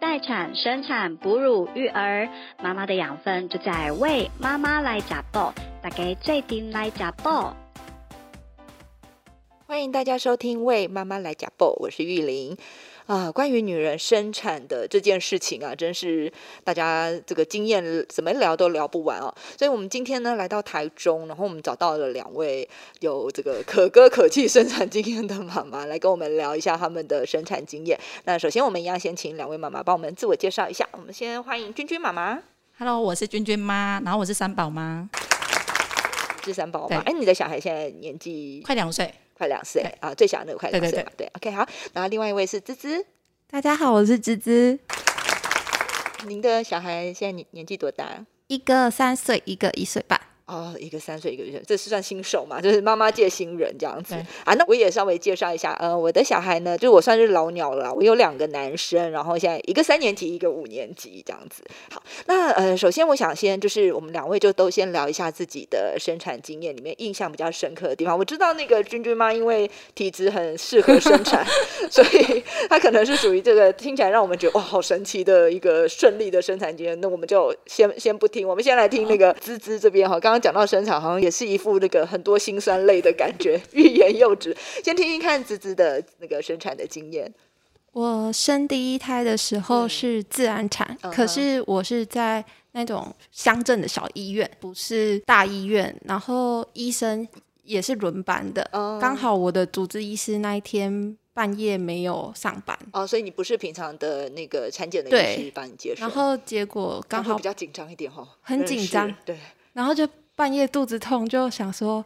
待产、生产、哺乳、育儿，妈妈的养分就在为妈妈来加爆，大家最顶来加爆。欢迎大家收听《为妈妈来加爆》，我是玉玲。啊，关于女人生产的这件事情啊，真是大家这个经验怎么聊都聊不完啊。所以我们今天呢来到台中，然后我们找到了两位有这个可歌可泣生产经验的妈妈来跟我们聊一下他们的生产经验。那首先我们一样先请两位妈妈帮我们自我介绍一下。我们先欢迎君君妈妈， Hello，我是君君妈，然后我是三宝妈，是三宝妈。对哎，你的小孩现在年纪快两岁。快两岁对啊，最小的那个快两对岁对嘛，对。OK，好，然后另外一位是芝芝，大家好，我是芝芝，您的小孩现在年年纪多大？啊一个三岁，一个一岁半。哦，一个三岁，一个一岁，这是算新手嘛？就是妈妈界新人这样子对啊。那我也稍微介绍一下，呃，我的小孩呢，就是我算是老鸟了啦，我有两个男生，然后现在一个三年级，一个五年级这样子。好，那呃，首先我想先就是我们两位就都先聊一下自己的生产经验里面印象比较深刻的地方。我知道那个君君妈因为体质很适合生 产，所以她可能是属于这个听起来让我们觉得哇好神奇的一个顺利的生产经验。那我们就先先不听，我们先来听那个滋滋这边哈，刚刚讲到生产好像也是一副那个很多辛酸泪的感觉，欲言又止。先听听看滋滋的那个生产的经验。我生第一胎的时候嗯是自然产，嗯哼可是我是在那种乡镇的小医院，不是大医院，然后医生也是轮班的，哦刚好我的主治医师那一天半夜没有上班，哦，所以你不是平常的那个产检的对医师帮你接生，然后结果那刚会好比，较紧张一点哦，很认紧识张，对然后就半夜肚子痛，就想说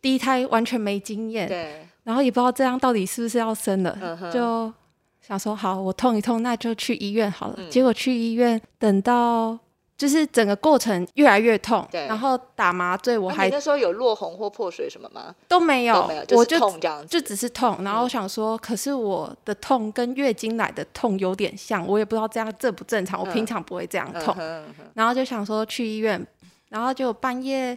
第一胎完全没经验，对。然后也不知道这样到底是不是要生了，嗯哼就想说好，我痛一痛，那就去医院好了。嗯结果去医院，等到就是整个过程越来越痛，对然后打麻醉我啊还你那时候有落红或破水什么吗？都没有，都没有，就我是就痛这样子。嗯就只是痛。然后我想说，可是我的痛跟月经来的痛有点像，我也不知道这样正不正常，我嗯平常不会这样嗯痛。哼嗯哼然后就想说去医院，然后就半夜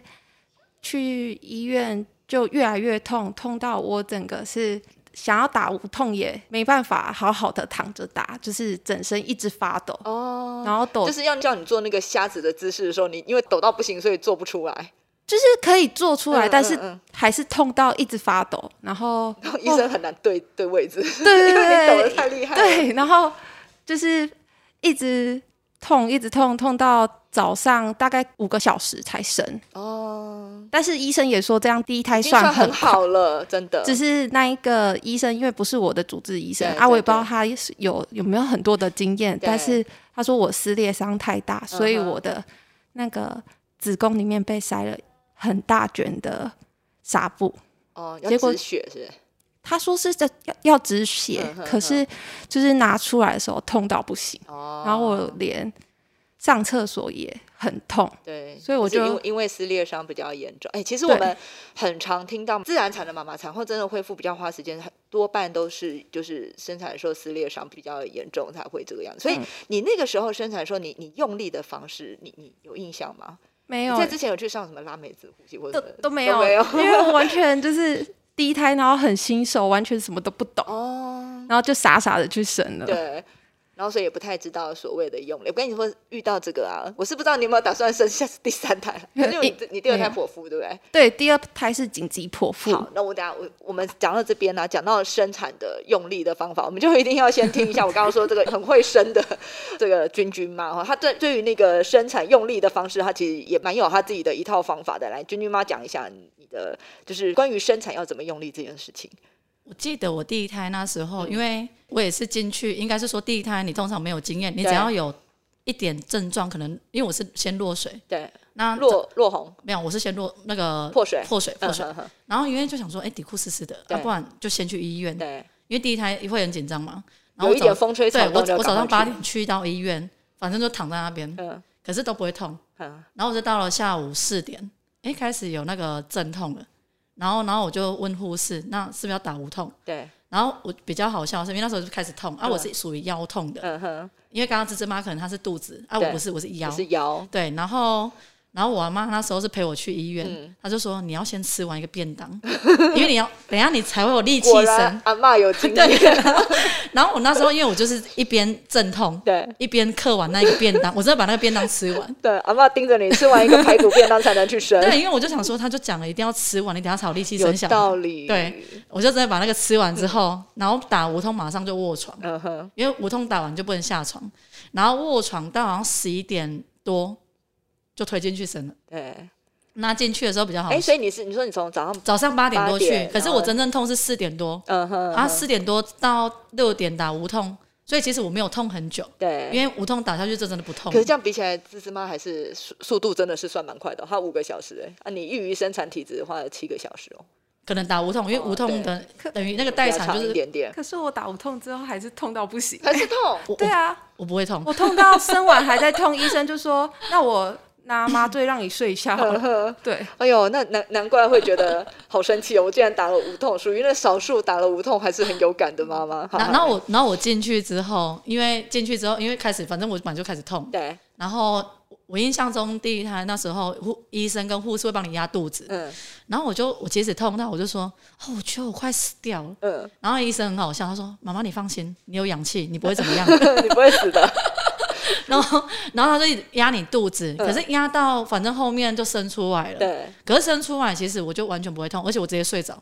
去医院就越来越痛，痛到我整个是想要打无痛也没办法好好的躺着打，就是整身一直发抖，哦，然后抖就是要叫你做那个瞎子的姿势的时候，你因为抖到不行，所以做不出来。就是可以做出嗯来，但是嗯嗯还是痛到一直发抖，然后然后医生很难对对位置，对哦对因为你抖对得对太厉害了。对，然后就是一直痛，一直痛，痛到早上大概五个小时才生，哦，但是医生也说这样第一胎已经算很很好了，真的。只是那一个医生，因为不是我的主治医生对啊，对我也不知道他是有有没有很多的经验，对但是他说我撕裂伤太大，所以嗯哼我的那个子宫里面被塞了很大卷的纱布。哦，要结果止血是不是？他说是这要要止血嗯哼，可是就是拿出来的时候痛到不行，哦，然后我连上厕所也很痛。对，所以我是因就为因为撕裂伤比较严重。哎、其实对我们很常听到自然产的妈妈产后真的恢复比较花时间，很多半都是就是生产的时候撕裂伤比较严重才会这个样子。所以嗯你那个时候生产的时候，你你用力的方式，你你有印象吗？没你有在之前有去上什么拉美子呼吸或者都什么都没都有，没有 因为我完全就是第一胎，然后很新手，完全什么都不懂。哦，然后就傻傻的去生了。对。然后所以也不太知道所谓的用力。我跟你说，遇到这个啊，我是不知道你有没有打算生下第三胎， 因为你你第二胎没剖腹对不对？对第二胎是紧急剖腹好，，嗯那我等下我我们讲到这边呢、讲到生产的用力的方法，我们就一定要先听一下我刚刚说这个很会生的 这个君君妈哈，她对对于那个生产用力的方式，她其实也蛮有她自己的一套方法的。来，君君妈讲一下你你的就是关于生产要怎么用力这件事情。我记得我第一胎那时嗯候，因为我也是进去，应该是说第一胎你通常没有经验，你只对要有一点症状，可能因为我是先落水，对，那落落红没有，我是先落那个破水，破水破水，嗯哼哼然后因为就想说，哎，底裤湿湿的，对要不然就先去医院，对，因为第一胎会很紧张嘛。然后有我一点早风吹草对动就我我早赶上快八去，点去到医院，反正就躺在那边，嗯可是都不会痛。嗯，然后我就到了下午四点，哎，开始有那个阵痛了。然后，然后我就问护士，那是不是要打无痛？对，然后我比较好笑，是因为那时候就开始痛啊，嗯我是属于腰痛的，嗯哼，因为刚刚芝芝妈可能她是肚子啊，对我不是，我是腰我，是腰，对，然后然后我阿妈那时候是陪我去医院，嗯她就说你要先吃完一个便当， 因为你要等一下你才会有力气果然生。阿嬷有经 对验，， 然后我那时候因为我就是一边阵痛，对一边嗑完那一个便当，我真的把那个便当吃完。对，阿嬷盯着你吃完一个排骨便当才能去生， 对，因为我就想说，他就讲了一定要吃完，你等一下才有力气有生小孩。道理。对，我就真的把那个吃完之后， 然后打无痛马上就卧床，嗯哼，因为无痛打完就不能下床，然后卧床到好像十一点多就推进去生了。对。那进去的时候比较好哎，，所以你是你说你从早上，早上八点多8去点，可是然后我真正痛是四点多，嗯哼，啊，四点多到六点打无痛，所以其实我没有痛很久，对，因为无痛打下去就真的不痛可。是这样比起来，芝芝妈还是速速度真的是算蛮快的哦，她五个小时哎、啊，你孕育生产体质的话，七个小时哦，可能打无痛，因为无哦痛对的可等于那个比待较产长就一是点 点，可是我打无痛之后还是痛到不行。还是痛。我 对啊，我不会痛，哦我痛到生完还在痛，医生就说：“那我拿麻醉让你睡一下好了。对，哎呦，那难难怪会觉得好生气哦！我竟然打了无痛，属于那少数打了无痛还是很有感的妈妈。好然然后我，然后我进去之后，因为进去之后，因为开始，反正我本来就开始痛。对，然后我印象中第一胎那时候，护医生跟护士会帮你压肚子，嗯然后我就我截止痛到我就说，哦，我觉得我快死掉了。嗯， 然后医生很好笑，他说：“妈妈，你放心，你有氧气，你不会怎么 样。你不会死的。”然后，然后他就一直压你肚子，可是压到反正后面就生出来嗯了。对，可是生出来，其实我就完全不会痛，而且我直接睡着，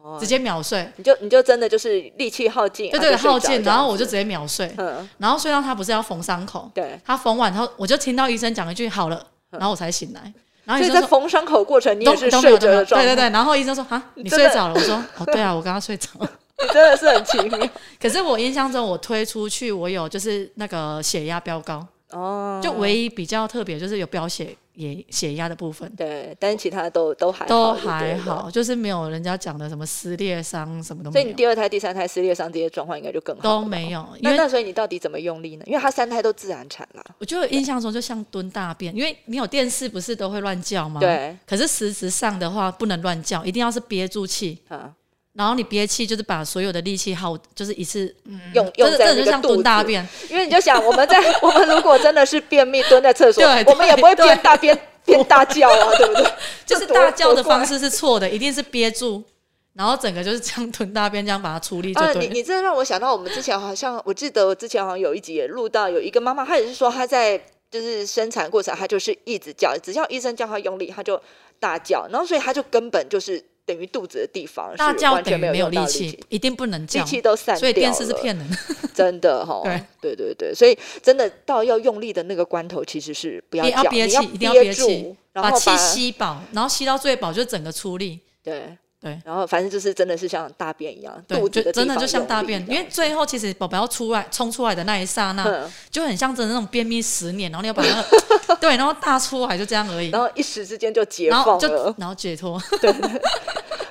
哦直接秒睡。你就你就真的就是力气耗尽，对啊对，就睡耗着尽，这样然后我就子直接秒睡。嗯，然后睡到他不是要缝伤口，对。嗯他缝完后，我就听到医生讲一句“好了”，然后我才醒来。然后所医以生在啊说缝伤口过程，你也是都都没睡有着的对状态，对对。然后医生说：“啊，你真睡的着了？”我说：“ 哦，对啊，我刚刚睡着。对， 真的是很奇妙” 可是我印象中，我推出去，我有就是那个血压飙高，哦。就唯一比较特别就是有飙血也血压的部分。对，但是其他都都还好都就对还了好，就是没有人家讲的什么撕裂伤什么都所没以你有，第二胎、第三胎撕裂伤这些状况应该就更好都了没吧。有。因那为那所以你到底怎么用力呢？因为他三胎都自然产啦，我就有印象中就像蹲大便，因为你有电视不是都会乱叫吗？。对，可是实质上的话，不能乱叫，一定要是憋住气，啊，然后你憋气就是把所有的力气耗，就是一次，用真用的在真那的个就像肚蹲子大， 便，因为你就想，我们在 我们如果真的是便秘蹲在厕所对，我们也对不会对边大 边边大叫啊，对不对？就是多大叫的方。多式是错的，一定是憋住，然后整个就是这样吞大便，这样把它出力就怪啊，对你了。你这让我想到我们之前好像，我记得我之前好像有一集也录到有一个妈妈，她也是说她在就是生产过程，她就是一直叫，只要医生叫她用力，她就大叫，然后所以她就根本就是等于肚子的地方是大叫完等全于有没用有力到气，一定不能机叫，器都散掉了，所以电视是 骗人的。真 的哈、对对对对，所以真的到要用力的那个关头，其实是不要你叫，要憋气，一你定要憋憋气住，，然后气吸饱，然后吸到最饱就整个出力。对对然后反正就是真的是像大便一样，对肚，子就的真的地方就像用大力便，这因样为最后其实宝宝要出来冲出来的那一刹那，嗯，就很像真的那种便秘十年，然后你要把 那个对，然后大出来就这样而已，然后一时之间就解然放后就了。 然后解脱，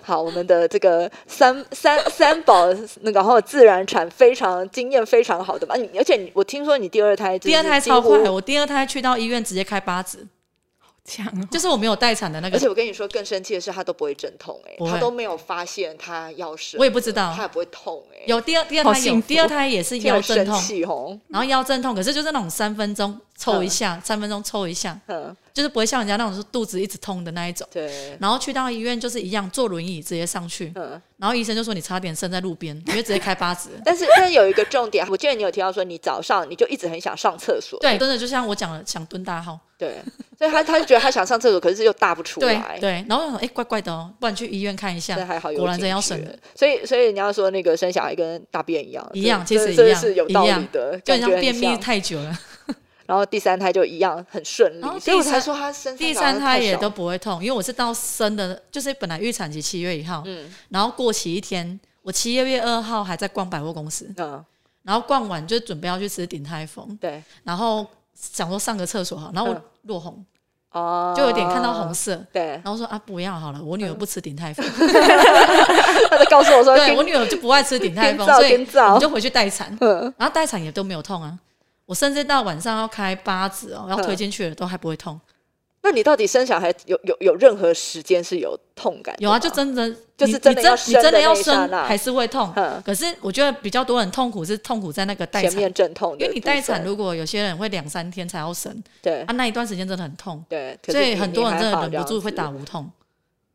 好，我们的这个三三三宝，那个然后自然产非常经验非常好的嘛，你而且你我听说你第二胎就是第二胎几超乎快，我第二胎去到医院直接开八指，这样哦就是我没有待产的那而且个，我跟你说，更生气的是，他都不会阵痛、欸，不哎，他会都没有发现他要生，我也不知道他也不会痛、欸，哎，有第二第二胎好有幸福第二胎也是听腰了阵生痛，气嗯哦，然后腰阵痛，可是就是那种三分钟抽一下，三分钟抽一下，嗯，就是不会像人家那种是肚子一直痛的那一种。对，然后去到医院就是一样，坐轮椅直接上去，嗯，然后医生就说你差点生在路边，因为直接开八指。 但是但是有一个重点，我记得你有提到说，你早上你就一直很想上厕所，对，真的就像我讲的，想蹲大号。对，所以他他就觉得他想上厕所，可是又大不出对来。对，然后我想说，哎、怪怪的哦，不然去医院看一下但。还好有果然真要警省觉了，所以所以人家说那个生小孩跟大便一样，一样这其实这一这样是有道一理样的，就感很觉像便秘像太久 了，然后第三胎就一样很顺然利，后所以我第才三说他生第小孩三太胎也少都不会痛，因为我是到生的，就是本来预产期七月一号，嗯然后过期一天，我七月二号还在逛百货公司，嗯然后逛完就准备要去吃鼎泰丰，对然后想说上个厕所好，然嗯后我落红，哦，就有点看到红色，对然，后说啊不要好了，我女儿不吃鼎 泰丰，他就告诉我说，对跟我女儿就不爱吃鼎泰丰， 天造所以天造你就回去待产，嗯然后待嗯产也都没有痛啊。我甚至到晚上要开八指哦，要推进去了都还不会痛，那你到底生小孩有有有任何时间是有痛感的有啊，吗就真的就是你真的你要真你真的要生的那一刹生那还是会痛嗯，可是我觉得比较多人痛苦是痛苦在那个待前产，面阵痛的部分，因为你待产如果有些人会两三天才要生，对啊那一段时间真的很痛，对，可是所以你很多人真的忍不住会，你还打好这样子无痛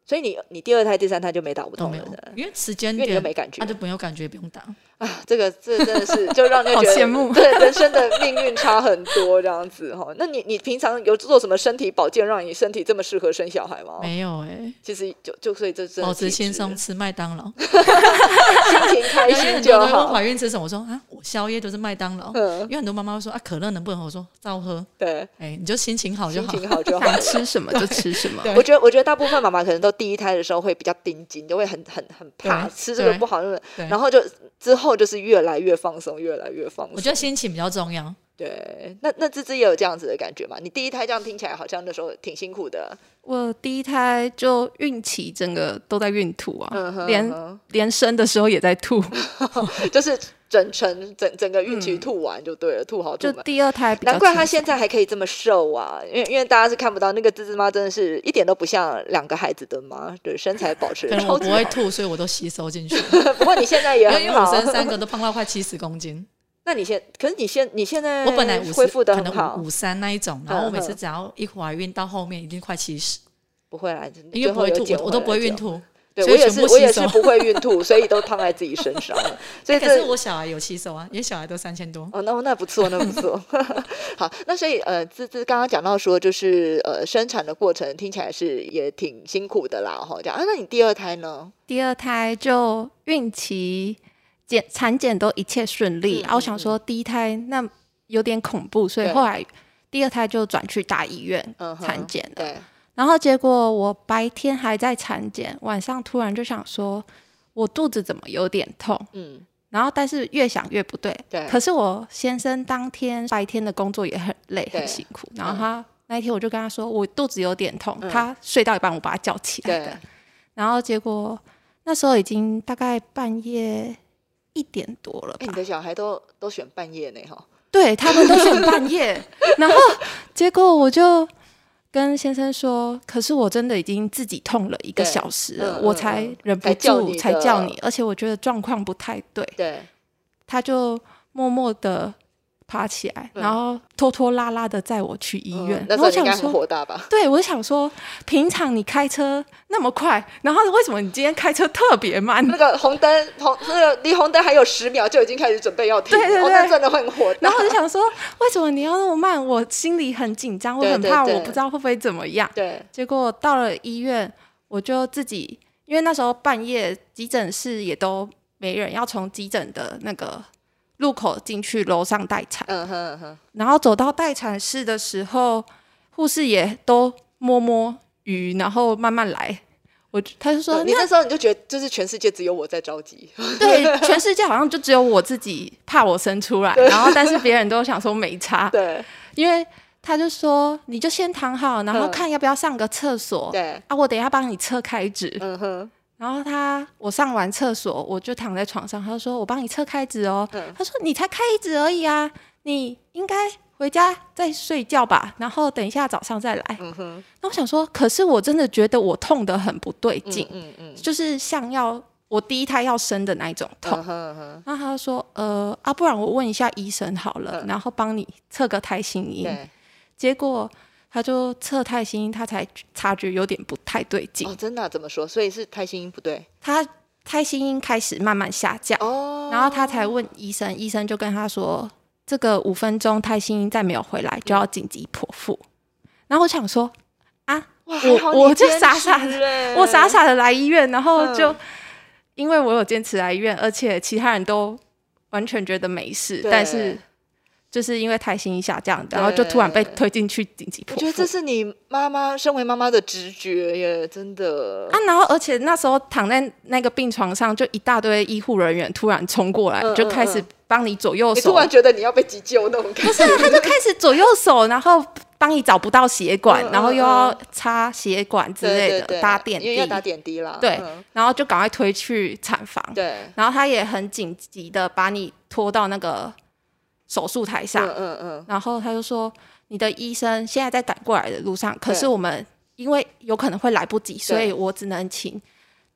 所以你你第二胎、第三胎就没打无都痛没了有的，因为时间因为你点又没感觉啊就没有感觉不用打，啊，这个这真的是就让人觉好 得羡 慕对人生的命运差很多这样子哈。那你你平常有做什么身体保健，让你身体这么适合生小孩吗？没有哎，其实就就所以这哦真的保持体质轻松，，吃麦当劳， 心情开因为心很多就人问好怀。孕吃什么，我说啊我宵夜就是麦当劳，因嗯，为很多妈妈会说啊可乐能不能喝，我说照喝，对，哎你就心情好就心好，情好就好。想吃什么就吃什么。对我觉得，我觉得大部分妈妈可能都第一胎的时候会比较盯紧，就会很很很怕对吃这个对不好，那个对然后就之后就是越来越放松，越来越放松。我觉得心情比较重要。对，那那芝芝也有这样子的感觉嘛？你第一胎这样听起来好像那时候挺辛苦的，我第一胎就孕期整个都在孕吐啊，嗯哼连嗯连生的时候也在 吐。哼就是整程整整个孕嗯期吐完就对了，吐好就吐满。第二胎比较难怪她轻松现在还可以这么瘦啊，因为因为大家是看不到那个芝芝妈，真的是一点都不像两个孩子的妈，对身材保持 可得能我超级不会好。吐，所以我都吸 收进去。不过你现在也因为因很为我好，生三个都胖到快七十公斤， 那你现可是你现你现在我本来五恢十，复的可很好能五，三那一种，然后我每嗯次嗯只要一怀孕到后面一定快七十，不会啦，因为不会最后有吐减，我我都回不会来孕就好。吐。对所我以也是全部我也吸是收不会孕吐，所以都胖在自己身上 了。所以哎可这是我小孩有吸收啊，也小孩都三千多。哦，那那不错，那不错。 好，那所以呃，芝芝刚刚讲到说，就是呃，生产的过程听起来是也挺辛苦的啦，哈，这样啊。那你第二胎呢？第二胎就孕期检产检都一切顺嗯利，啊然后我想说第一胎那有点恐怖，所以对后来第二胎就转去大医院嗯哼产检了。对，然后结果我白天还在产检，晚上突然就想说，我肚子怎么有点痛？嗯，然后但是越想越不对，对可是我先生当天白天的工作也很累对很辛苦，然后他、那一天我就跟他说我肚子有点痛，嗯他睡到一半我把他叫起来对的，然后结果那时候已经大概半夜一点多了哎，你，吧的小孩都都选半夜呢，哈。对他们都选 半夜，然后结果我就跟先生说，可是我真的已经自己痛了一个对小时了，嗯我嗯才嗯忍才不叫住你才的叫你，而且我觉得状况不太对，对，他就默默的爬起来，嗯然后拖拖拉拉的载我去医院嗯。那时然后候我你应想该很说，火大吧？ 对我想说，平常你开车那么快，然后为什么你今天开车特别慢？ 那个红灯红那个离红灯还有十秒就已经开始准备要停了，对对哦那对真的会很火大。然后我就想说，为什么你要那么慢？我心里很紧张，我对很对怕，对我不知道会不会怎么样。对，结果到了医院，我就自己，因为那时候半夜急诊室也都没人，要从急诊的那个入口进去楼上待产。嗯哼嗯哼，然后走到待产室的时候，护士也都摸摸鱼，然后慢慢来。我就他就说，你那哦那时候你就觉得就是全世界只有我在着急，对全世界好像就只有我自己怕我生出来，然后但是别人都想说没差，对因为他就说你就先躺好，然后嗯看要不要上个厕所。对，啊，我等一下帮你测开指。嗯哼，然后他我上完厕所，我就躺在床上，他就说我帮你测开指哦。嗯他说你才开一指而已啊，你应该回家再睡觉吧，然后等一下早上再来。嗯哼，那我想说，可是我真的觉得我痛得很不对嗯劲，嗯嗯，就是像要我第一胎要生的那一种痛。嗯哼嗯哼，那他就说，呃啊，不然我问一下医生好了，嗯然后帮你测个胎心音。对，结果他就测胎心音，他才察觉有点不太对劲，哦，真的啊、怎么说？所以是胎心音不对他胎心音开始慢慢下降，哦然后他才问医生，医生就跟他说，这个五分钟胎心音再没有回来，就要紧急剖腹。然后我想说，啊，哇，还我好你我就坚傻持傻欸我傻，傻的来医院，然后嗯就、因为我有坚持来医院，而且其他人都完全觉得没事，对但是就是因为胎心一下降，然后就突然被推进去紧急我剖觉得这腹。是你妈妈身为妈妈的直觉耶，真的啊，然后而且那时候躺在那个病床上，就一大堆医护人员突然冲过来，嗯就开始嗯帮你左右你手突，然觉得你要被急救那种感哦不是觉， 啊，他就开始左右手，然后帮你找不到血管，嗯嗯然后又嗯要插血管之对类的，对对搭点因为要打滴，点滴啦，对嗯然后就赶快推去产房。对，然后他也很紧急的把你拖到那个手术台上，嗯嗯嗯，然后他就说：“你的医生现在在赶过来的路上，可对是我们因为有可能会来不及，所以我只能请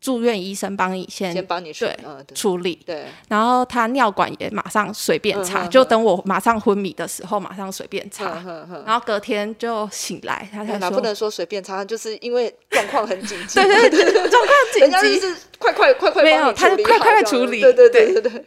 住院医生帮你先先帮你顺对嗯，对处理。对，然后他尿管也马上随便嗯插，哼哼就等我马上昏迷的时候马上随便插嗯，哼哼。然后隔天就醒来，他才哎哪说不能说随便插，就是因为状况很紧急。 对对对，状况 人紧家就 急，是快快快快帮你处理没好有这样，他是快快处理对对对对对，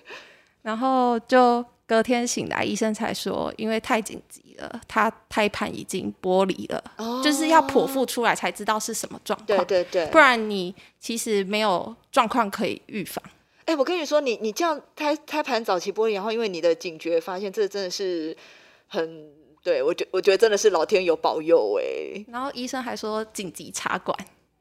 然后就隔天醒来，医生才说因为太紧急了，他胎盘已经剥离了，就是要剖腹出来才知道是什么状哦对况，对对。不然你其实没有状况可以预防。哎、我跟你说，你你这样胎胎盘早期剥离，然后因为你的警觉发现，这真的是很对我觉我觉得真的是老天有保佑哎、然后医生还说紧急插管，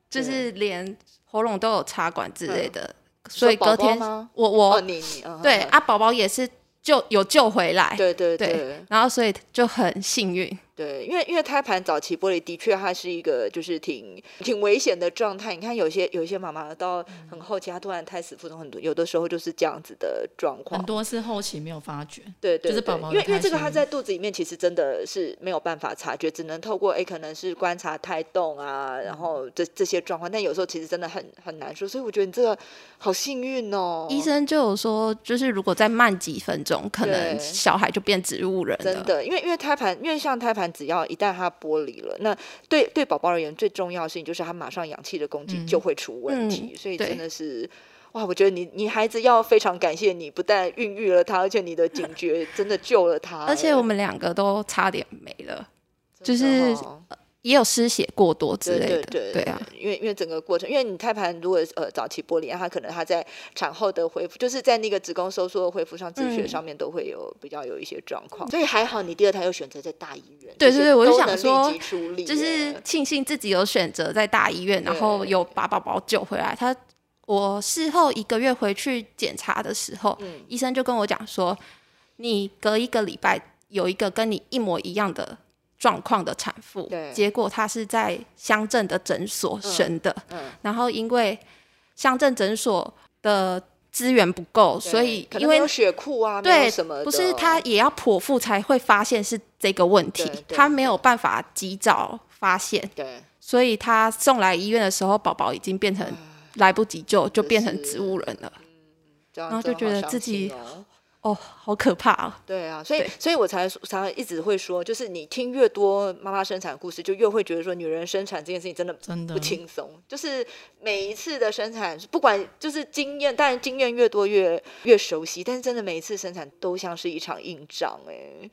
就是连喉咙都有插管之类的，所以嗯说宝隔宝天吗我我、哦，你你、嗯、对嗯啊，宝宝也是救有救回来，对对对对然后所以就很幸运，对，因为因为胎盘早期剥离的确它是一个就是挺挺危险的状态。你看有些有些妈妈到很嗯后期，她突然胎死腹中，很多有的时候就是这样子的状况很。多是后期没有发觉，对对就是对宝宝因为的因为胎这个心它在肚子里面其实真的是没有办法察觉，只能透过诶可能是观察胎动啊，嗯然后这这些状况，但有时候其实真的很很难说，所以我觉得你这个好幸运哦，医生就有说，就是如果再慢几分钟，可能对小孩就变植物人了。真的，因为因为胎盘，因为像胎盘，只要一旦它剥离了，那对对宝宝而言最重要的事情就是它马上氧气的供给嗯就会出问题，嗯所以对真的是。哇，我觉得你你孩子要非常感谢你，不但孕育了他，而且你的警觉真的救了他。而且我们两个都差点没了，真就是的哦也有失血过多之对类对的。对啊，，因为因为整个过程，因为你胎盘如果呃早期剥离，那它可能它在产后的恢复，就是在那个子宫收缩的恢复上、止血嗯上面都会有比较有一些状况，所以还好你第二胎又选择在大医院，对这些对对我就都想能立说即处理就是耶庆幸自己有选择在大医院，然后对有把宝宝救回来。他我事后一个月回去检查的时候，嗯医生就跟我讲说，你隔一个礼拜有一个跟你一模一样的状况的产妇对，结果她是在乡镇的诊所生的，嗯，然后因为乡镇诊所的资源不够，对所以可能因没为有血库啊，没有对什么的，不是他也要剖腹才会发现是这个问题对，对他没有办法及早发现，对所以他送来医院的时候，宝宝已经变成来不及救，就变成是植物人了。这样然后真就的好觉得伤自心己哦哦，好可怕哦！对啊，所以对所以我才说常常一直会说，就是你听越多妈妈生产的故事，就越会觉得说女人生产这件事情真的真的不轻松，就是每一次的生产，不管就是经验，当然经验越多越越熟悉，但是真的每一次生产都像是一场硬仗哎、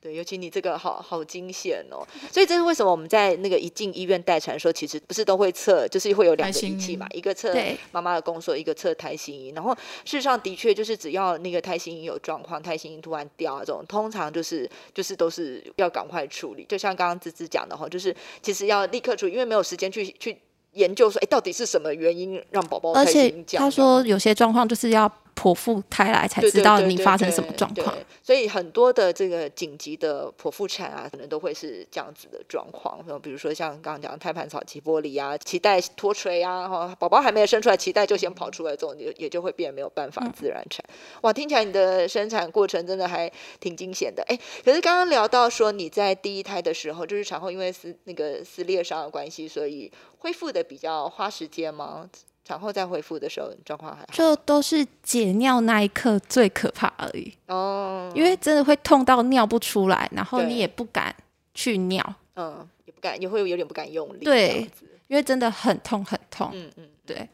对，尤其你这个好好惊险哦，所以这是为什么我们在那个一进医院待产的时候，其实不是都会测，就是会有两个胎心仪器音嘛，一个测对妈妈的宫缩，一个测胎心音。然后事实上的确就是只要那个胎心音有状况，胎心音突然掉啊这种，通常就是就是都是要赶快处理。就像刚刚芝芝讲的哈，就是其实要立刻处理，因为没有时间去去研究说，哎，到底是什么原因让宝宝而胎心哦且音降他这样说有些状况就是要剖腹开来才对哎知对道对你对发生什对么状况对。所以很多的这个紧急的剖腹产啊，可能都会是这样子的状况。比如说像刚刚讲的胎盘早期剥离啊，脐带脱垂啊，哈，宝宝还没有生出来，脐带就先跑出来，这种也也就会变得没有办嗯法自然产。哇，听起来你的生产过程真的还挺惊险的。哎，可是刚刚聊到说你在第一胎的时候，就是产后因为撕那个撕裂伤的关系，所以恢复的比较花时间吗？产后再恢复的时候，状况还好就都是解尿那一刻最可怕而已，哦，因为真的会痛到尿不出来，然后对你也不敢去尿，嗯，也不敢，也会有点不敢用力，对这样子，因为真的很痛很痛。嗯嗯，对，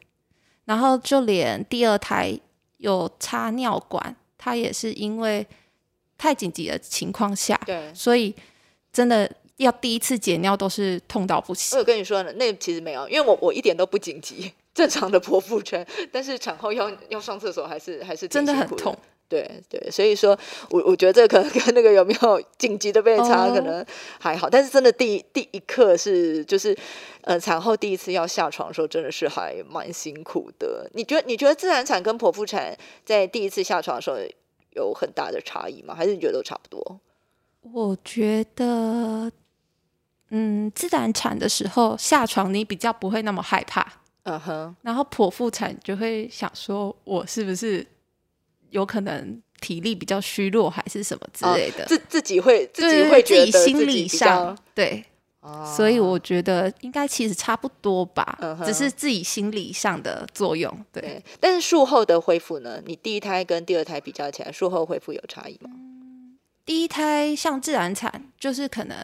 然后就连第二胎有插尿管，它也是因为太紧急的情况下，对。所以真的要第一次解尿都是痛到不我行。有跟你说呢，那其实没有，因为我我一点都不紧急， 正常的剖腹产，但是产后要要上厕所还是还是挺真的辛很苦痛，对对，所以说我我觉得这个可能跟那个有没有紧急的被插、哦可能还好，但是真的第第一刻是就是呃产后第一次要下床的时候，真的是还蛮辛苦的。你觉得你觉得自然产跟剖腹产在第一次下床的时候有很大的差异吗？还是你觉得都差不多？我觉得，嗯，自然产的时候下床你比较不会那么害怕，嗯哼。然后剖腹产就会想说，我是不是有可能体力比较虚弱，还是什么之类的。哦自自己会自己对会对觉得对自己心比理较上，对，哦所以我觉得应该其实差不多吧，嗯哼只是自己心理上的作用。对，对，但是术后的恢复呢？你第一胎跟第二胎比较起来，术后恢复有差异吗？第一胎像自然产，就是可能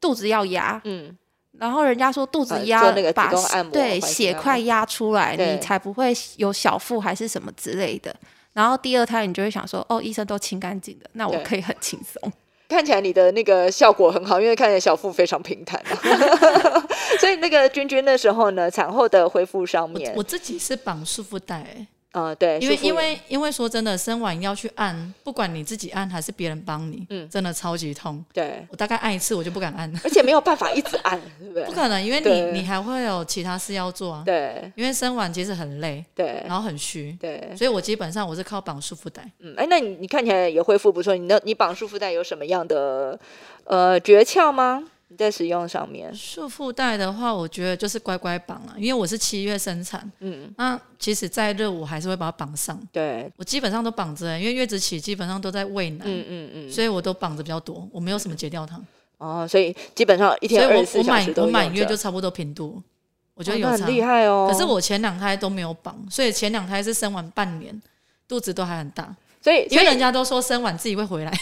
肚子要压，嗯，然后人家说肚子呃压，做那个把子宫按摩环对形血按摩块压出来，对你才不会有小腹还是什么之类的。然后第二胎你就会想说，哦，医生都清干净的，那我对可以很轻松。看起来你的那个效果很好，因为看起来小腹非常平 坦、啊，所以那个君君那时候呢，产后的恢复上面我，我自己是绑束缚带、欸呃，对，因为束缚因为因为说真的，生完要去按，不管你自己按还是别人帮你，嗯真的超级痛。对，我大概按一次我就不敢 按了，而且没有办法一直 按，对不对？不可能，因为对你你还会有其他事要做啊。对因为生完其实很累，对然后很虚，对，所以我基本上我是靠绑束缚带。嗯，哎，那你你看起来也恢复不错，你那你绑束缚带有什么样的呃诀窍吗？你在使用上面，束缚带的话，我觉得就是乖乖绑啊了、因为我是七月生产，嗯，那其实再热我还是会把它绑上。对，我基本上都绑着、欸因为月子期基本上都在喂奶，嗯嗯嗯，所以我都绑着比较多，我没有什么解掉糖，哦，所以基本上一所以天二我十四我小满时都我用满月着就差不多平度，我觉得哦有那差。很厉害哦。可是我前两胎都没有绑，所以前两胎是生完半年，肚子都还很大，所以因为所以人家都说生完自己会回来，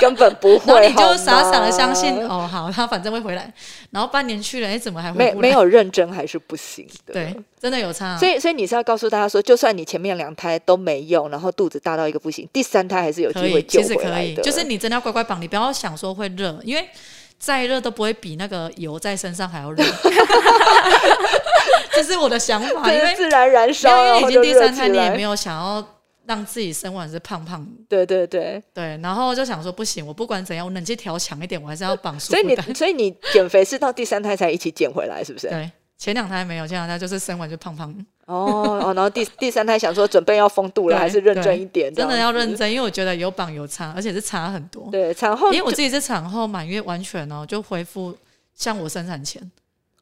根本不 然后会，你就傻傻的好吗相信哦，好，他反正会回来，然后半年去了，哎，怎么还没回不来？没有认真还是不行的。对，真的有差、啊。所以所以你是要告诉大家说，就算你前面两胎都没用，然后肚子大到一个不行，第三胎还是有机可会以，救其实回可来以，的。就是你真的要乖乖绑，你不要想说会热，因为再热都不会比那个油在身上还要热。 这是我的想法，啊因这为是自然燃因烧，为因然为后已就经第热三胎，起你也来没。有想要让自己生完是胖胖的，对对对，对，然后就想说不行，我不管怎样，我冷气调强一点，我还是要绑束所以缚你 带。所以你减肥是到第三胎才一起减回来，是不是？对，前两胎没有，前两胎就是生完就胖胖的，哦哦，然后第第三胎想说准备要封肚了，对还是认真对一点，真的这样要子认。真，因为我觉得有绑有差，而且是差很多。对，产后因为我就自己是产后满月，完全哦就恢复像我生产前。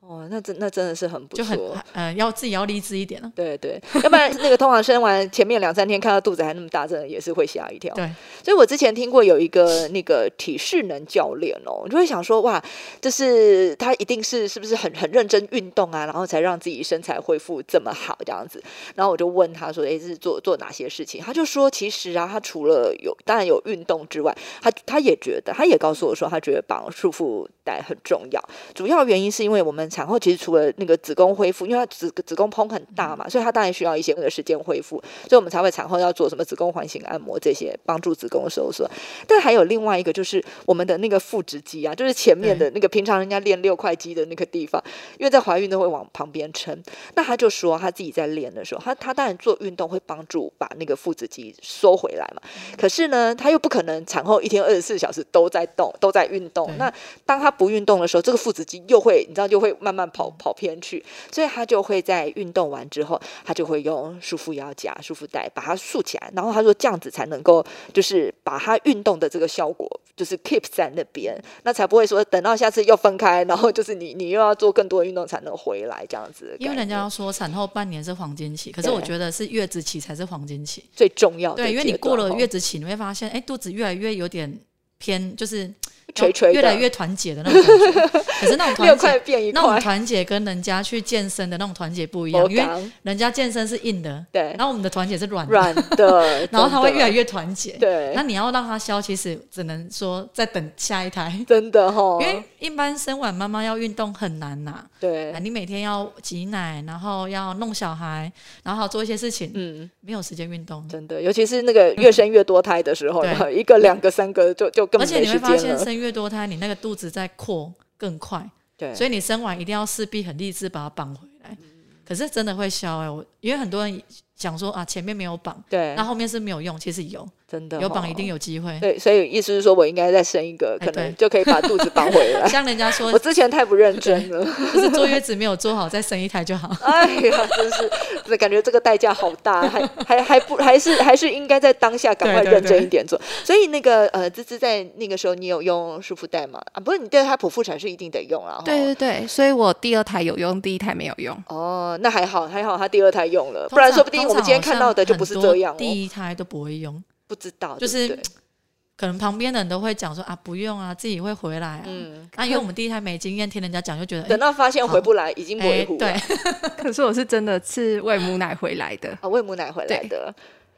哦，那真那真的是很不就很错。呃，要自己要励志一点啊了、对对，要不然那个通常生完前面两三天看到肚子还那么大，真的也是会吓一跳。对，所以我之前听过有一个那个体适能教练哦，我就会想说哇，就是他一定是是不是很很认真运动啊，然后才让自己身材恢复这么好这样子。然后我就问他说，诶，是做做哪些事情？他就说，其实啊，他除了有当然有运动之外，他他也觉得，他也告诉我说，他觉得绑束缚带很重要。主要原因是因为我们产后其实除了那个子宫恢复，因为它子子宫膨很大嘛，所以它当然需要一些那个时间恢复，所以我们才会产后要做什么子宫环形按摩这些帮助子宫收缩。但还有另外一个就是我们的那个腹直肌啊，就是前面的那个平常人家练六块肌的那个地方，因为在怀孕都会往旁边撑。那他就说他自己在练的时候，他他当然做运动会帮助把那个腹直肌收回来嘛，可是呢，他又不可能产后一天二十四小时都在动，都在运动对。那当他不运动的时候，这个腹直肌又会，你知道，就会慢慢跑跑偏去，所以他就会在运动完之后，他就会用束缚腰夹、束缚带把它束起来，然后他说这样子才能够，就是把他运动的这个效果，就是 keep 在那边，那才不会说等到下次又分开，然后就是你你又要做更多的运动才能回来这样子的概念。因为人家说产后半年是黄金期，可是我对觉得是月子期才是黄金期。最重要的对，因为你阶过段了哦月子期，你会发现，哎，肚子越来越有点偏，就是 垂垂的 越来越团结的那种感觉。可是那种六团块结，变一那种块，团结跟人家去健身的那种团结不一样，因为人家健身是硬的，对然后我们的团结是软的，软 的，然后它会真的越来越团结。对那，你要让它消，其实只能说再等下一胎，真的哈因，为一般生完妈妈要运动很难呐。对啊，，你每天要挤奶，然后要弄小孩，然后还要做一些事情，嗯，没有时间运动。真的，尤其是那个越生越多胎的时候，对然后 一个、两个、三个就就根而本且没你时会发间现，了，生越多胎，你那个肚子在扩更快，对，嗯所以以你生完一定要势必很励志把它绑回来。可是真的会消哎、我因为很多人想说啊，前面没有绑，对那，后面是没有用，其实有真的有齁绑一定。有机会。对，所以意思是说我应该再生一个，哎可能对就可以把肚子绑回来。 像人家 说我，之前太不认真了， 就是坐月子没有做好，再生一胎就好。哎呀，真是，这感觉这个代价好 大，还还还不还是还是应该在当下赶快对对认真对一点做。所以那个呃，芝芝在那个时候你有用束缚带吗？啊，不是，你对她剖腹产是一定得用啦。齁对对对，所以我第二胎有用，第一胎没有 用。哦，那还好，还好他第二胎用了，通不然常说不定我们今天看到的就不是这样通常好像很多哦。第一胎都不会用，不知道，就是对不对可能旁边的人都会讲说啊，不用啊，自己会回来啊。嗯，那、因为我们第一胎没经验，听人家讲就觉得，等到发现回不来，已经哎不维护了。对，可是我是真的是喂母奶回来的，啊，喂母奶回来对的，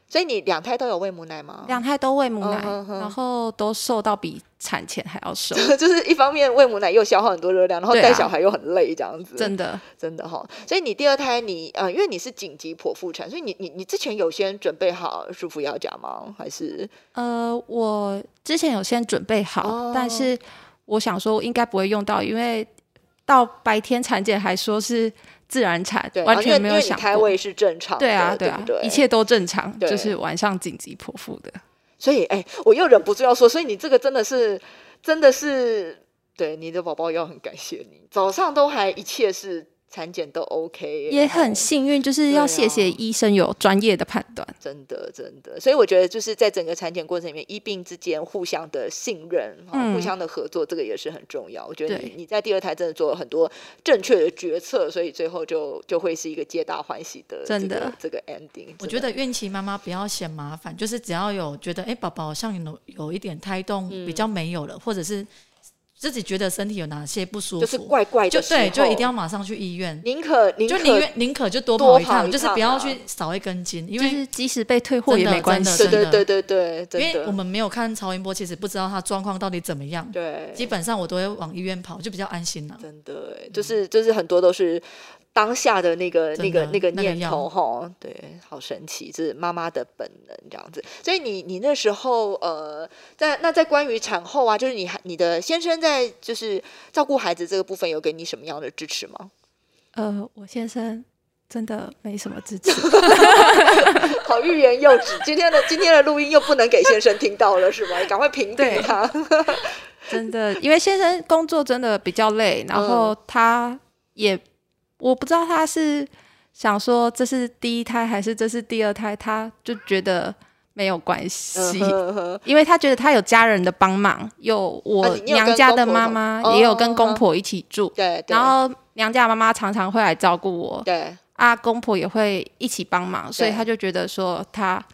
所以你两胎都有喂母奶吗？两胎都喂母奶，哦嗯哼哼然后都瘦到比产前还 要瘦， 就是一方面喂母奶又消耗很多热量，然后对带啊小孩又很累，这样子。真的。真的哈、所以你第二胎你呃，因为你是紧急剖腹产，所以你你你之前有先准备好舒服药夹吗？还是呃，我之前有先准备好，哦但是我想说应该不会用到，因为到白天产检还说是自然产对，，完啊因全为没因有为你想胎过。位是正常的，对啊，对啊不，对一切都正常，对就是晚上紧急剖腹的。所以，哎、我又忍不住要说，所以你这个真的是，真的是，对你的宝宝要很感谢你，早上都还一切是产检都 OK，也然后很幸运，就是对啊要谢谢医生有专业的判断。真的真的，所以我觉得就是在整个产检过程里面，医病之间互相的信任、哈嗯互相的合作，这个也是很重要。我觉得你对你在第二胎真的做了很多正确的决策，所以最后就就会是一个皆大欢喜的、真这个的这个 ending。我觉得孕期妈妈不要嫌麻烦，就是只要有觉得哎，诶宝宝好像有有一点胎动嗯比较没有了，或者是自己觉得身体有哪些不舒服，就是怪怪就的时候，对，就一定要马上去医院，宁可宁就可宁愿宁可就多多跑一跑趟，一就是趟不要啊去少一根筋，因就为是即使被退货真也的没关真系的，对对对真对对，因真为我的们没有看超音波，其实不知道他状况到底怎么样。对基本上我都会往医院跑，就比较安心了、真的欸，就是就是很多都是当下的那个那真个的那个那个念样头吼，对，好神奇，这是妈妈的本能这样子。所以你你那时候呃，在那在关于产后啊，就是你还你的先生在就是照顾孩子这个部分，有给你什么样的支持吗？呃，我先生真的没什么 支持， 好欲言又止，今天的今天的录音又不能给先生听到了是吗？你赶快屏蔽对他。真的，因为先生工作真的比较累，然嗯后他也我不知道他是想说这是第一胎还是这是第二胎，他就觉得没有关系。嗯哼因为他觉得他有家人的帮忙，有我啊你你有跟娘家的公婆哦妈同妈，哦也有跟公婆一起住， 对 对，然后娘家的妈妈常常会来照顾我，对啊，公婆也会一起帮忙，所以对他就觉得说他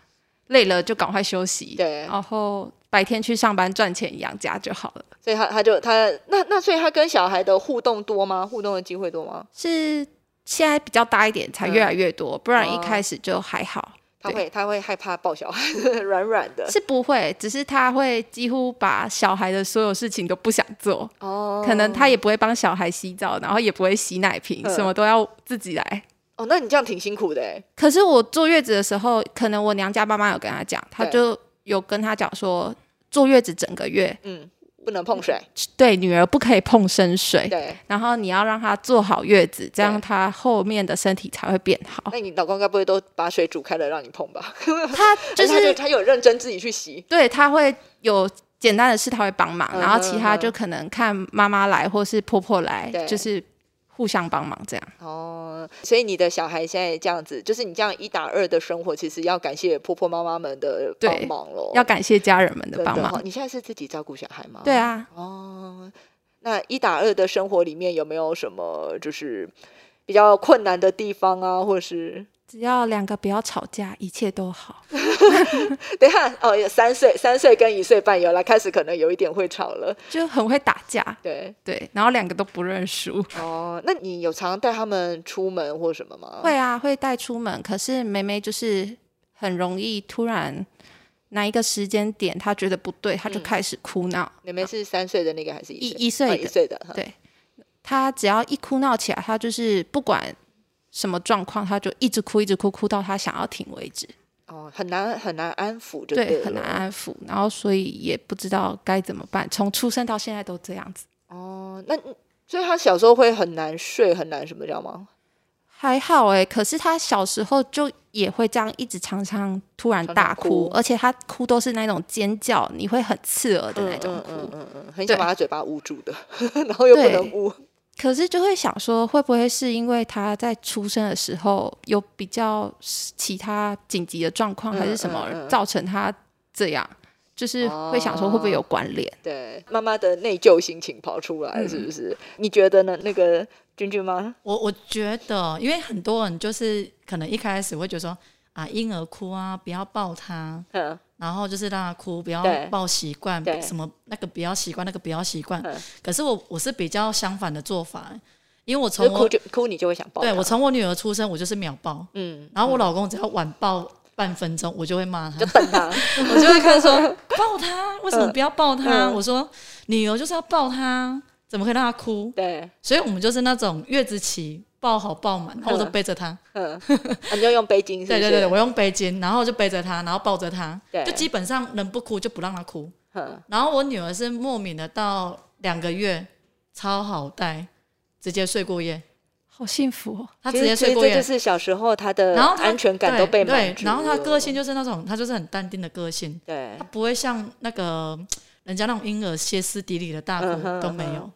累了就赶快休息，对，然后白天去上班赚钱养家就好了。所以他他就他那那所以他跟小孩的互动多吗？互动的机会多吗？是现在比较大一点才嗯越来越多，不然一哦开始就还好，他对会他会害怕抱小 孩，软软的。是不会，只是他会几乎把小孩的所有事情都不想做，哦可能他也不会帮小孩洗澡，然后也不会洗奶瓶，嗯什么都要自己来。哦，那你这样挺辛苦的哎。可是我坐月子的时候，可能我娘家妈妈有跟他讲，他对就有跟他讲说，坐月子整个月嗯，不能碰水。对女儿不可以碰生水，对，然后你要让她坐好月子，这对样她后面的身体才会变好。那你老公该不会都把水煮开了让你碰吧？ 她还就他就是他有认真自己去洗。对她会有简单的事，她会帮忙，嗯然后其他嗯就可能看妈妈来或是婆婆来对，就是互相帮忙这样。哦，所以你的小孩现在这样子，就是你这样一打二的生活，其实要感谢婆婆妈妈们的对帮忙喽。要感谢家人们的真帮哈忙。你现在是自己照顾小孩吗？对。啊，哦，那一打二的生活里面有没有什么就是比较困难的地方啊，或是？只要两个不要吵架，一切都好。 等一下哦，有三岁、三岁跟一岁半有了，开始可能有一点会吵了。就很会打架，对，对，然后两个都不认输。哦，那你有常带他们出门或什么吗？会啊，会带出门，可是梅梅就是很容易突然哪一个时间点她觉得不对，她就嗯开始哭闹。妹妹是三岁的那个还是一一一岁哦的一岁的，哈对她只要一哭闹起来，她就是不管什么状况，她就一直哭，一直哭，哭到她想要停为止。哦，很难很难安抚就对，了很难安抚，然后所以也不知道该怎么办。从出生到现在都这样子，哦。那你所以他小时候会很难睡，很难什么叫吗？还好哎、可是她小时候就也会这样，一直常常突然常常大哭而且她哭都是那种尖叫，你会很刺耳的那种嗯哭。嗯嗯嗯嗯，很想对把他嘴巴捂住的， 然后又不对能捂。可是就会想说，会不会是因为他在出生的时候有比较其他紧急的状况，嗯还是什么嗯嗯造成他这样？就是会想说会不会哦有关联？对，妈妈的内疚心情跑出来，是嗯不是？你觉得呢？那个君君吗？我我觉得，因为很多人就是可能一开始会觉得说啊婴儿哭啊，不要抱他，嗯然后就是让他哭，不要对抱习惯对，什么那个不要习惯，那个不要习惯嗯。可是我我是比较相反的做法，因为我从就哭我就哭，你就会想抱对他我从我女儿出生，我就是秒抱，嗯， 然后我老公只要晚抱半分钟，我就会骂他就，瞪他，我就会看说 抱他，为什么不要抱他？嗯我说女儿就是要抱他，怎么可以让他哭？对，所以我们就是那种月子期抱好抱满，然后我都背着他，嗯， 啊你就用背巾，是不对是对对，我用背巾，然后就背着他，然后抱着他对，就基本上能不哭就不让他哭。嗯，然后我女儿是莫名的到两个月，超好带，直接睡过夜，好幸福哦！她其直实接其睡实过这就夜。是小时候他的然后她安全感都被对对满足了，然后她个性就是那种，她就是很淡定的个性，对她不会像那个人家那种婴儿歇斯底里的大哭、嗯哼都没嗯有哼，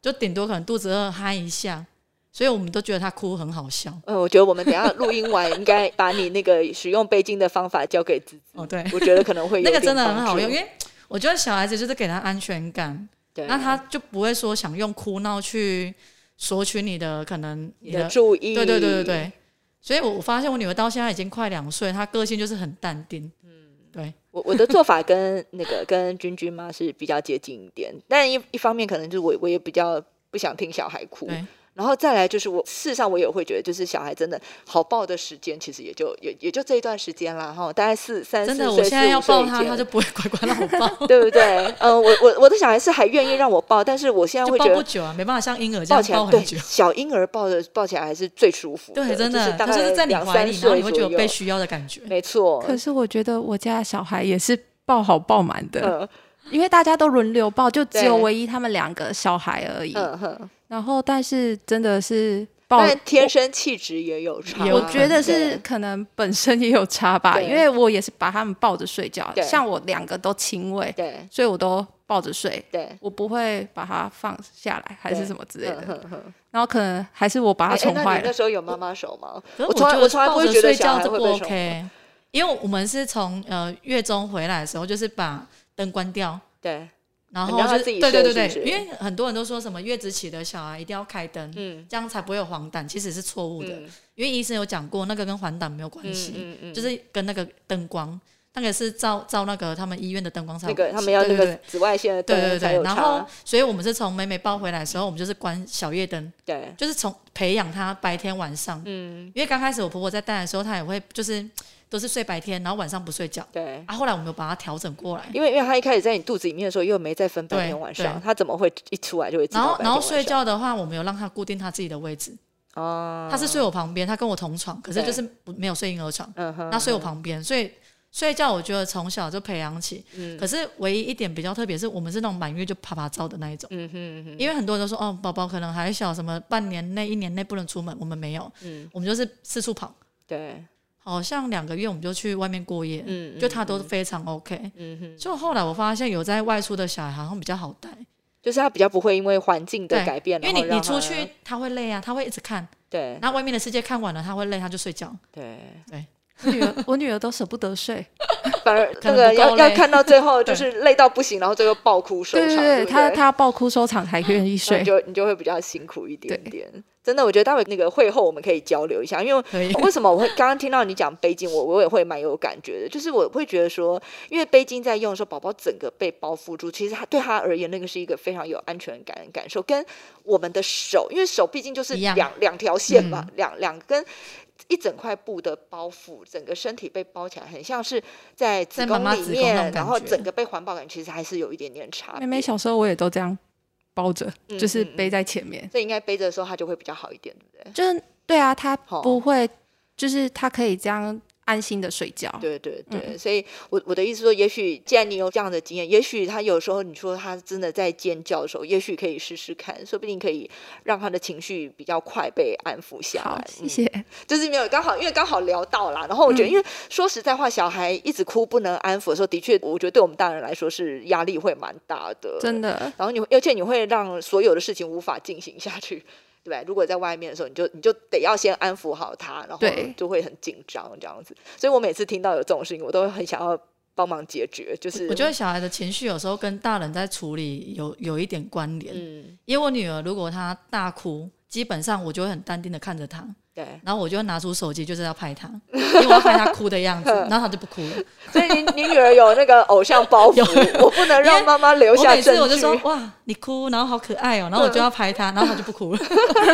就顶多可能肚子饿嗨一下，所以我们都觉得她哭很好笑。呃，我觉得我们等一下录音完，应该把你那个使用背巾的方法交给子 子，哦，对，我觉得可能会有那个点真的很好帮助用，因为我觉得小孩子就是给他安全感，对啊那他就不会说想用哭闹去索取你的可能你你的的，注意，对对对对对。所以我我发现我女儿到现在已经快两岁，她个性就是很淡定，嗯我我的做法跟那个跟君君妈是比较接近一点，但一一方面可能就是我我也比较不想听小孩哭，对然后再来就是我事实上我也会觉得，就是小孩真的好抱的时间其实也就也也就这一段时间啦哈，大概四三真四的，岁我现在四五要岁抱以她，前，她就不会乖乖让我抱 对不对？呃，我我我的小孩是还愿意让我抱，但是我现在就会抱觉不得。久啊，没办法像婴儿这抱样起来，抱对很久。小婴儿抱着抱起来还是最舒服对，真的，的，大她概就是在你两怀三里，然后岁你会觉得左有右被需要的感觉。没错，可是我觉得我家小孩也是抱好抱满的，嗯因为大家都轮流抱，就只有对唯一他们两个小孩而已。嗯哼，然后，但是真的是抱，但天生气质也有差，也有我可觉得能是对可能本身也有差吧，对因为我也是把他们抱着睡觉对，像我两个都亲喂，对所以我都抱着睡，对，我不会把它放下来还是什么之类嗯的。哼哼然后可能还是我把它哎哎宠那坏你那了。时候有妈妈手吗？可是我从来觉我从来不抱会着觉得睡小觉孩这会不被宠 OK，因为我们是从呃月中回来的时候，就是把灯关掉，对，然你后让他就自己对对睡对是对，不是因为很多人都说什么月子期的小孩一定要开灯，嗯这样才不会有黄疸，其实是错误的，嗯因为医生有讲过那个跟黄疸没有关系，嗯嗯就是跟那个灯光，那个是照照那个他们医院的灯光才那有个关他系们要那对对个对紫外线的对对灯才对，有然后差，啊所以我们是从美美抱回来的时候，我们就是关小夜灯，对，就是从培养他白天晚上，嗯因为刚开始我婆婆在带的时候，她也会就是都是睡白天，然后晚上不睡觉。对。啊，后来我们有把它调整过来，因为因为他一开始在你肚子里面的时候，又没再分白对天晚对上，他怎么会一出来就会知道然后白然后天睡晚上觉的话，我们有让她固定她自己的位置，哦，她是睡我旁边，她跟我同床，可是对就是不没有睡婴儿床，嗯哼，她睡我旁边，所以睡觉我觉得从小就培养起。嗯可是唯一一点比较特别是，我们是那种满月就啪啪照的那一种，嗯哼嗯哼因为很多人都说哦，宝宝可能还小，什么半年内、一年内不能出门，我们没有，嗯我们就是四处跑，对好像两个月我们就去外面过夜，嗯就他都嗯非常 OK。嗯哼，就后来我发现有在外出的小孩好像比较好带，就是他比较不会因为环境的对改变，因为然后你让你出他去他会累啊，他会一直看，对然后外面的世界看完了他会累，他就睡觉。对，我女儿，我女儿都舍不得睡。反而那可能个不要够要累看到最后就对是累到不行，然后最后爆哭 收对场，对，不她她要爆哭收场才愿 那意你睡。就你就会比较辛苦一点对点。真的，我觉得待会那个会后我们可以交流一下，因为可以 为什么我会刚刚听到你讲背巾，我我也会蛮有感觉的，就是我会觉得说，因为背巾在用的时候，宝宝整个被包覆住，其实他对他而言，那个是一个非常有安全感的感受，跟我们的手，因为手毕竟就是一样嗯两两条线嘛，两两根。一整块布的包覆，整个身体被包起来，很像是在子在妈宫妈里子宫那种面，然感后觉整个被环抱感，其实还是有一点点差别。妹妹小时候我也都这样包着，嗯就是嗯嗯背在前面。所以应该背着的时候，它就会比较好一点，对不对？就是对啊，她哦不会，就是她可以这样安心的睡觉。对对嗯对，所以我我的意思说，也许既然你有这样的经验，也许他有时候你说他真的在尖叫的时候，也许可以试试看，说不定可以让他的情绪比较快被安抚下好来，。嗯谢谢。嗯就是没有刚好，因为刚好聊到啦。然后我觉得，因为说实在话，小孩一直哭不能安抚的时候，的确，我觉得对我们大人来说是压力会蛮大的，真。的，然后你，而且你会让所有的事情无法进行下去， 对吧？如果在外面的时候，你就你就得要先安抚好他，然后对就会很紧张这样子。所以我每次听到有这种事情，我都会很想要帮忙解决，就是我觉得小孩的情绪有时候跟大人在处理有有一点关联，嗯因为我女儿如果她大哭，基本上我就会很淡定的看着她，对，然后我就拿出手机就是要拍 他，因为我要拍他哭的样子，然后他就不哭了。所以你你女儿有那个偶像包 袱，我不能因让为妈妈留我下每证据。次我就说哇，你哭，然后好可爱哦，然后我就要拍他，然后他就不哭了。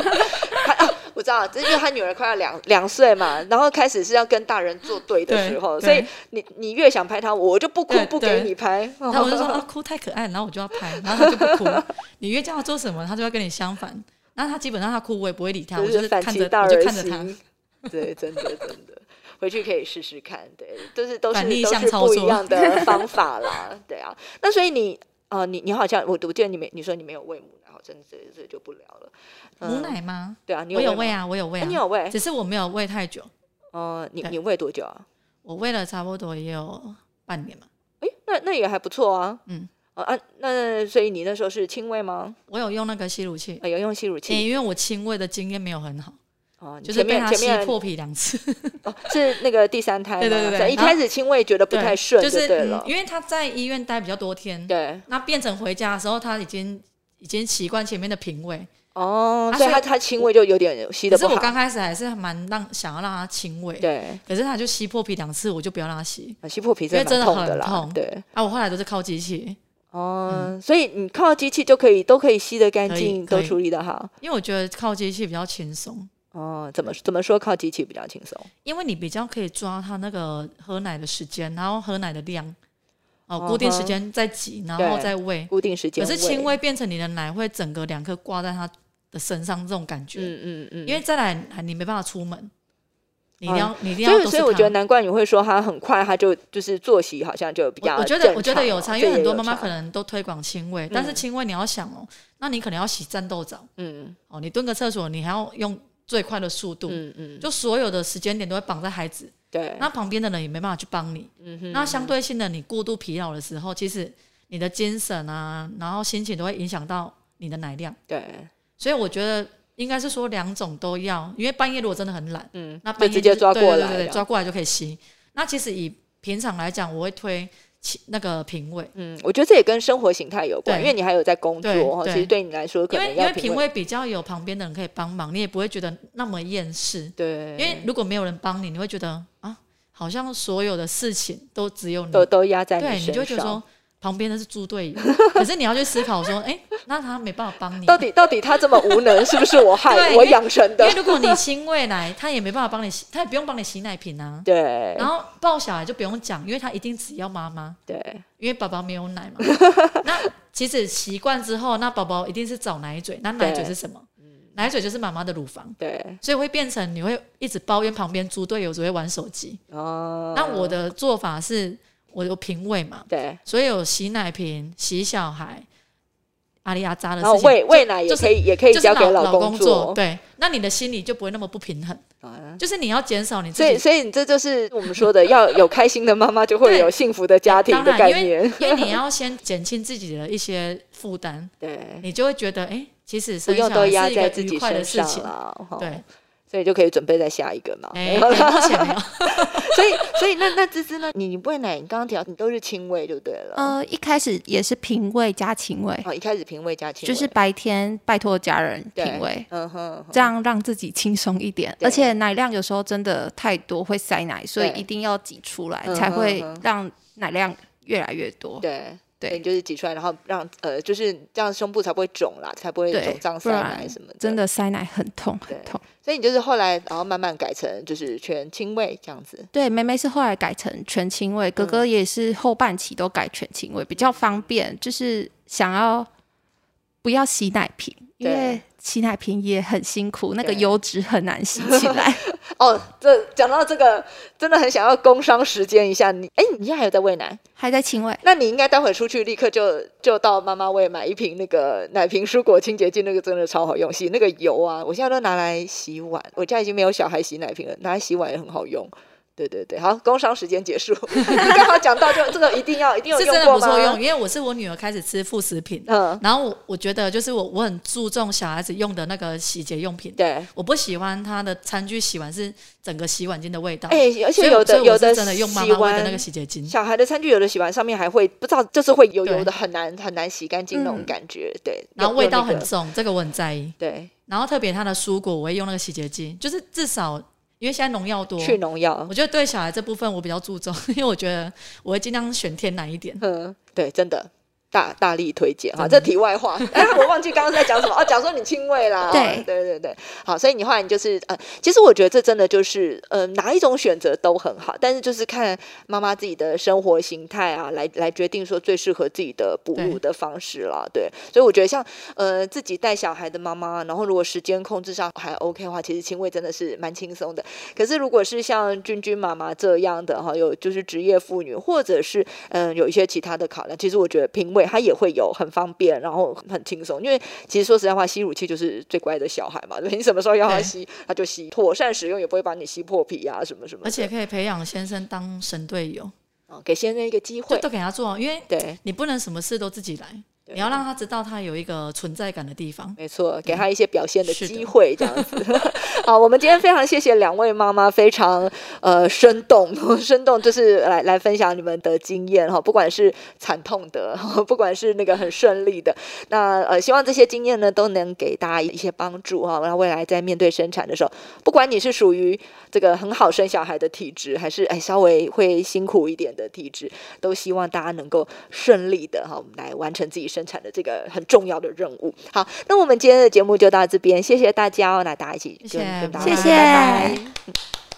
啊我知道，这因为他女儿快要两两岁嘛，然后开始是要跟大人作对的时候，对所以对你你越想拍他，我就不哭对不对给你拍。哦然后我就说啊，哭太可爱，然后我就要拍，然后他就不哭。 你越叫他做什么，他就会跟你相反。然后他基本上他哭，我也不会理啊他，我就就是反看着其，道我就而看着他。行。 对，真的真的，回去可以试试看。对，就是都是反逆都向是操不一作样的 方法啦。对啊，那所以你呃，你你好像我我记得你没你说你没有喂母奶，好像这这就不聊了。嗯母奶吗？对啊，你我有喂喂吗，啊，我有喂哎你有啊，喂只是我没有喂太久，哦，你对你喂多久啊？我喂了差不多也有半年嘛。诶，那那也还不错啊。嗯哦。啊，那所以你那时候是亲喂吗？我有用那个吸乳器，呃，有用吸乳器诶因为我亲喂的经验没有很好，哦，你就是前被面他前吸面破皮两次。哦，是那个第三胎嘛， 对对对对所以一然后开始亲喂觉得不 对太顺，就是对嗯了，因为他在医院待比较多天，对那变成回家的时候，他已经已经习惯前面的平位。哦，啊所以所以他他亲喂就有点吸可的是不我好刚，开始还是蛮让想要让他亲喂，对，可是他就吸破皮两次，我就不要让他吸。啊吸破皮因为蛮真的痛很的啦痛，对，啊，我后来都是靠机器，哦，所以你靠机器就可以都可以吸的干可以净，可都以处理的好。因为我觉得靠机器比较轻松，哦，怎么怎么说靠机器比较轻松？因为你比较可以抓他那个喝奶的时间，然后喝奶的量，哦、嗯哼固定时间再挤，然后对再喂。固定时间可喂，是亲喂变成你的奶会整个两颗挂在他的身上，这种感觉，嗯嗯嗯，因为再来你没办法出门，你一定要、你一定哦要所以，都是所以我他觉得难怪你会说他很快，他就就是作息好像就比较我我觉正得我觉得常有哦差，这因为很也多有妈妈差可能都推广亲喂，但是嗯亲喂你要想哦，那你可能要洗战斗澡嗯哦，你蹲个厕所，你还要用最快的速度，嗯嗯，就所有的时间点都会绑在孩子，对，那旁边的人也没办法去帮你。嗯哼那相对性的，你过度疲劳的时候，其实你的精神啊，然后心情都会影响到你的奶量。对，所以我觉得应该是说两种都要，因为半夜如果真的很懒，嗯，那半就夜直接是抓对过对来对对了抓过来就可以吸。那其实以平常来讲，我会推起那个平位。嗯，我觉得这也跟生活形态有关，对因为你还有在工作对哦，其对实对你来说可因为能因要为品味比较有旁边的人可以帮忙，你也不会觉得那么厌世。对，因为如果没有人帮你，你会觉得啊，好像所有的事情都只有你，都都压在对，你身就会觉得上说。旁边的是 猪队友，可是你要去思考说，哎、那他没办法帮你，到底到底他这么无能，是不是我害对我因为养成因的为？如果你亲喂奶，他也没办法帮你洗，他也不用帮你洗奶瓶啊。对然后抱小孩就不用讲，因为他一定只要妈妈，对，因为宝宝没有奶 嘛。那其实习惯之后，那宝宝一定是找奶嘴，那奶嘴对嗯是什么？奶嘴就是妈妈的乳房。对，所以会变成你会一直抱怨旁边猪队友只会玩手机。哦，那我的做法是，我有品味嘛，对，所以有洗奶瓶、洗小孩、阿里阿扎的然后事情，喂喂奶也就是可以也可以就是交给老公公做，对，那你的心里就不会那么不平衡。啊就是你要减少你自所以，己，所以你这就是我们说的，要有开心的妈妈，就会对有幸福的家庭当的然，概因为念。因 为你要先减轻自己的一些负担，对，你就会觉得，哎，其实不生小用都孩压是一在个自愉己快的身上事哦情。啦。齁对，所以就可以准备再下一个嘛。哎，哎目前没有， 所以，所以那那芝芝呢？你你喂奶，你刚刚提到你都是亲喂就对啊了。嗯哦呃，一开始也是平喂加情味，好，一开始平喂加亲就喂，是白天拜托家人对平喂，嗯哼，嗯哼这样让自己轻松一点。对而且奶量有时候真的太多会塞奶，所以对一定要挤出来嗯，才哼会嗯哼让奶量越来越多。对。对所以你就是挤出来，然后让呃，就是这样胸部才不会肿啦，才不会对肿胀、不塞奶然什么的。真，的塞奶很痛很对痛。所以你就是后来，然后慢慢改成就是全亲喂这样子。对，妹妹是后来改成全亲喂，哥哥也是后半期都改全亲喂，比较方便，就是想要不要洗奶瓶，因对为洗奶瓶也很辛苦，那个对油脂很难洗起来。哦，这讲到这个，真的很想要工伤时间一下。你哎，你现在还有在喂奶？还在亲喂，那你应该待会出去立刻就就到妈妈喂买一瓶那个奶瓶蔬果清洁剂，那个真的超好用，洗那个油啊，我现在都拿来洗碗。我家已经没有小孩洗奶瓶了，拿来洗碗也很好用。对对对，好，工商时间结束， 你刚好讲到就这个一定要一定有是真用的过不吗？错用，因为我是我女儿开始吃副食品，嗯，然后我我觉得就是我我很注重小孩子用的那个洗洁用品，对。我不喜欢他的餐具洗完是整个洗碗巾的味道。哎、而所且以我有所的以我有是的真的用妈洗妈喂的那完个洗洁精，小孩的餐具，有的洗完上面还会不知道，就是会油油的，对很难很难洗干净那种嗯感觉。对，然后用味用那道很个重，这个我很在意。对，然后特别他的蔬果，我会用那个洗洁剂，就是至少因为现在农药多，去农药我。觉得对小孩这部分我比较注重， 因为我觉得我会尽量选天然一点。嗯，对，真的。大大力推荐哈，真的这题外话， 哎，我忘记刚刚在讲什么哦，讲说你亲喂啦，哦对对对对，好，所以你后来你就是呃，其实我觉得这真的就是呃，哪一种选择都很好，但是就是看妈妈自己的生活形态啊，来来决定说最适合自己的哺乳对的方式啦，对，所以我觉得像呃自己带小孩的妈妈，然后如果时间控制上还 OK 的话，其实亲喂真的是蛮轻松的，可是如果是像君君妈妈这样的哈，有就是职业妇女，或者是嗯有一些其他的考量，其实我觉得评委他也会有很方便，然后很轻松。因为其实说实在话，吸乳器就是最乖的小孩嘛， 对你什么时候要他对吸，他就吸，妥 善使用也不会把你吸破皮啊什么什么的。而且可以培养先生当神队友，哦给先生一个机就会，都给他做，因为对。你不能什么事都自己来，对你要让他知道他有一个存在感的地方。没错，给他一些表现的是的机会，这样子。 好，我们今天非常谢谢两位妈妈，非常呃生动， 生动就是来来分享你们的经验哈，不管是惨痛的，不管是那个很顺利的，那呃希望这些经验呢都能给大家一些帮助哈，让未来在面对生产的时候，不管你是属于这个很好生小孩的体质，还是哎稍微会辛苦一点的体质，都希望大家能够顺利的哈，我们来完成自己生产的这个很重要的任务。好，那我们今天的节目就到这边，谢谢大家哦，那大家一起谢跟谢跟大家谢说谢拜拜。